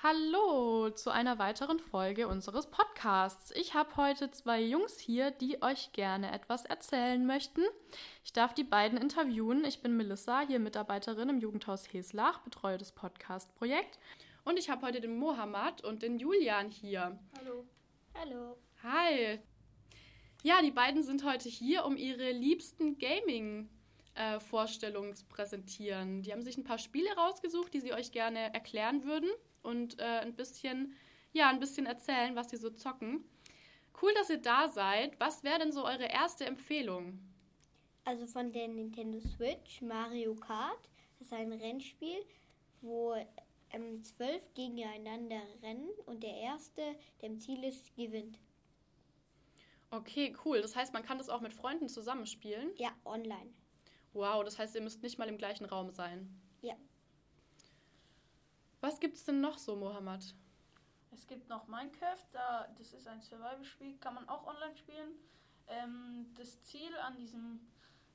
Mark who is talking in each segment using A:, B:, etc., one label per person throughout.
A: Hallo zu einer weiteren Folge unseres Podcasts. Ich habe heute zwei Jungs hier, die euch gerne etwas erzählen möchten. Ich darf die beiden interviewen. Ich bin Melissa, hier Mitarbeiterin im Jugendhaus Heslach, betreue das Podcast-Projekt. Und ich habe heute den Mohammed und den Julian hier.
B: Hallo. Hallo.
A: Hi. Ja, die beiden sind heute hier, um ihre liebsten Gaming äh, Vorstellungen zu präsentieren. Die haben sich ein paar Spiele rausgesucht, die sie euch gerne erklären würden und äh, ein bisschen, ja, ein bisschen erzählen, was sie so zocken. Cool, dass ihr da seid. Was wäre denn so eure erste Empfehlung?
B: Also von der Nintendo Switch Mario Kart. Das ist ein Rennspiel, wo ähm, zwölf gegeneinander rennen und der Erste, der im Ziel ist, gewinnt.
A: Okay, cool. Das heißt, man kann das auch mit Freunden zusammenspielen?
B: Ja, online.
A: Wow, das heißt, ihr müsst nicht mal im gleichen Raum sein.
B: Ja.
A: Was gibt's denn noch so, Mohammed?
C: Es gibt noch Minecraft, da, das ist ein Survival-Spiel, kann man auch online spielen. Ähm, das Ziel an diesem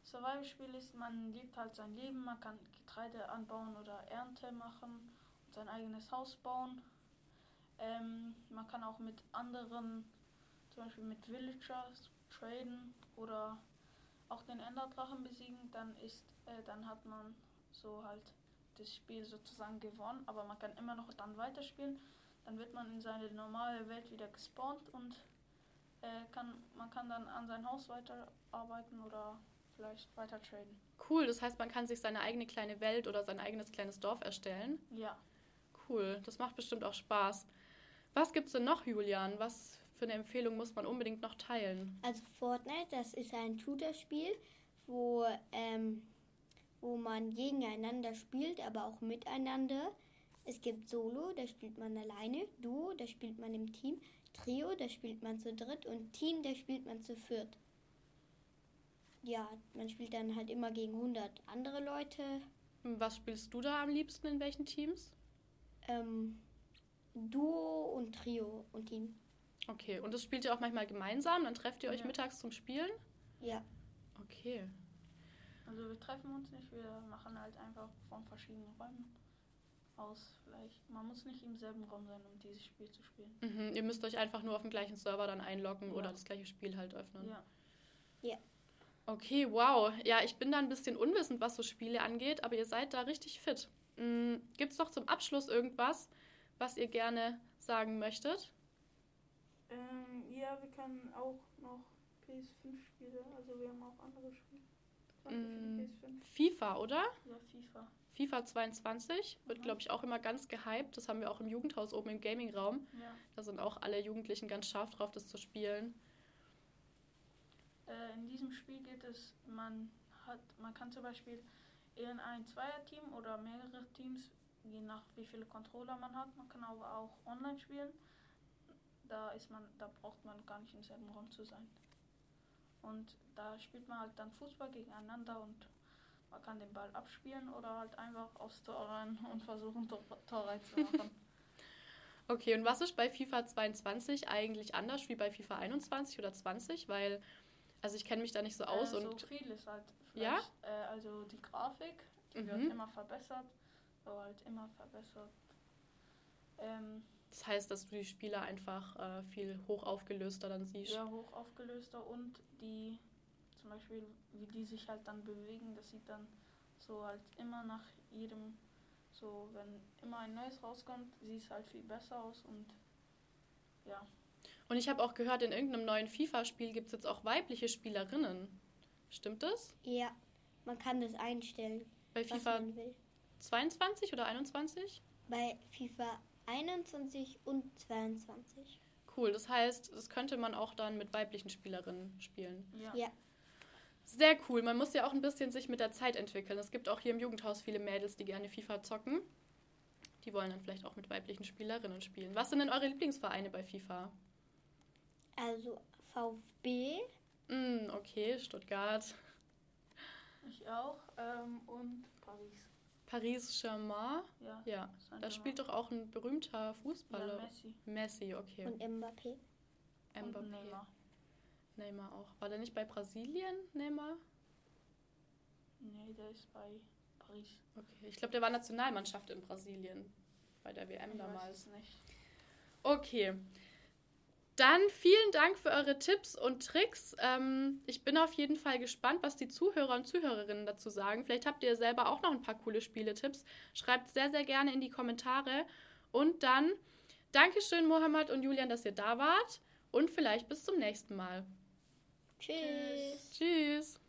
C: Survival-Spiel ist, man lebt halt sein Leben, man kann Getreide anbauen oder Ernte machen und sein eigenes Haus bauen. Ähm, man kann auch mit anderen, zum Beispiel mit Villagers, traden oder auch den Enderdrachen besiegen, dann ist, äh, dann hat man so halt das Spiel sozusagen gewonnen, aber man kann immer noch dann weiterspielen. Dann wird man in seine normale Welt wieder gespawnt und äh, kann, man kann dann an sein Haus weiterarbeiten oder vielleicht weiter traden.
A: Cool, das heißt, man kann sich seine eigene kleine Welt oder sein eigenes kleines Dorf erstellen.
C: Ja.
A: Cool, das macht bestimmt auch Spaß. Was gibt's denn noch, Julian? Was für eine Empfehlung muss man unbedingt noch teilen?
B: Also Fortnite, das ist ein Shooter-Spiel, wo, ähm, wo man gegeneinander spielt, aber auch miteinander. Es gibt Solo, da spielt man alleine, Duo, da spielt man im Team, Trio, da spielt man zu dritt und Team, da spielt man zu viert. Ja, man spielt dann halt immer gegen 100 andere Leute.
A: Hm, Was spielst du da am liebsten in welchen Teams?
B: Ähm, Duo und Trio und Team.
A: Okay, und das spielt ihr auch manchmal gemeinsam? Dann trefft ihr euch
C: Ja.
A: mittags zum Spielen?
B: Ja.
A: Okay.
C: Also wir treffen uns nicht, wir machen halt einfach von verschiedenen Räumen aus. Vielleicht. Man muss nicht im selben Raum sein, um dieses Spiel zu spielen.
A: Mhm. Ihr müsst euch einfach nur auf den gleichen Server dann einloggen
C: Ja.
A: oder das gleiche Spiel halt öffnen.
C: Ja.
A: Okay, wow. Ja, ich bin da ein bisschen unwissend, was so Spiele angeht, aber ihr seid da richtig fit. Mhm. Gibt's noch zum Abschluss irgendwas, was ihr gerne sagen möchtet?
C: Ähm, ja, wir können auch noch PS5-Spiele, also wir haben auch andere Spiele.
A: Beispiel für die FIFA, oder?
C: Ja, FIFA.
A: FIFA 22 wird,
C: Mhm.
A: glaube ich, auch immer ganz gehypt. Das haben wir auch im Jugendhaus oben im Gaming-Raum.
C: Ja.
A: Da sind auch alle Jugendlichen ganz scharf drauf, das zu spielen.
C: Äh, in diesem Spiel geht es, man hat, man kann zum Beispiel in ein Zweierteam oder mehrere Teams, je nach wie viele Controller man hat, man kann aber auch online spielen. Da ist man, da braucht man gar nicht im selben Raum zu sein. Und da spielt man halt dann Fußball gegeneinander und man kann den Ball abspielen oder halt einfach aufs Tor rein und versuchen, Tor, Tor zu machen.
A: Okay, und was ist bei FIFA 22 eigentlich anders wie bei FIFA 21 oder 20? Weil, also ich kenne mich da nicht so aus
C: äh,
A: und
C: so vieles halt.
A: Ja?
C: vielleicht, Äh, also die Grafik, die
A: Mhm.
C: wird immer verbessert, so halt immer verbessert. Ähm,
A: das heißt, dass du die Spieler einfach äh, viel hoch aufgelöster dann siehst.
C: sehr hoch aufgelöster und die, zum Beispiel, wie die sich halt dann bewegen, das sieht dann so halt immer nach jedem, so wenn immer ein neues rauskommt, sieht es halt viel besser aus und ja.
A: Und ich habe auch gehört, in irgendeinem neuen FIFA-Spiel gibt es jetzt auch weibliche Spielerinnen. Stimmt das?
B: Ja, man kann das einstellen,
A: Bei
B: was
A: FIFA
B: man will.
A: 22 oder 21?
B: Bei FIFA 21 und 22.
A: Cool, das heißt, das könnte man auch dann mit weiblichen Spielerinnen spielen.
C: Ja.
B: Ja.
A: Sehr cool, man muss ja auch ein bisschen sich mit der Zeit entwickeln. Es gibt auch hier im Jugendhaus viele Mädels, die gerne FIFA zocken. Die wollen dann vielleicht auch mit weiblichen Spielerinnen spielen. Was sind denn eure Lieblingsvereine bei FIFA?
B: Also VfB,
A: Hm, okay, Stuttgart,
C: Ich auch ähm, und Paris.
A: Paris Germain.
C: Ja,
A: Ja, da
C: Saint-Germain.
A: spielt doch auch ein berühmter
C: ja,
A: Fußballer.
C: Messi
A: Messi, okay.
B: und Mbappé.
A: Mbappé.
C: und Neymar.
A: Neymar auch. War der nicht bei Brasilien, Neymar?
C: Nee, der ist bei Paris.
A: Okay, ich glaube, der war Nationalmannschaft in Brasilien. bei der WM
C: Ich weiß
A: damals.
C: es nicht.
A: Okay. Dann vielen Dank für eure Tipps und Tricks. Ähm, ich bin auf jeden Fall gespannt, was die Zuhörer und Zuhörerinnen dazu sagen. Vielleicht habt ihr selber auch noch ein paar coole Spieletipps. Schreibt sehr, sehr gerne in die Kommentare. Und dann Dankeschön, Mohammed und Julian, dass ihr da wart. Und vielleicht bis zum nächsten Mal.
B: Tschüss.
A: Tschüss.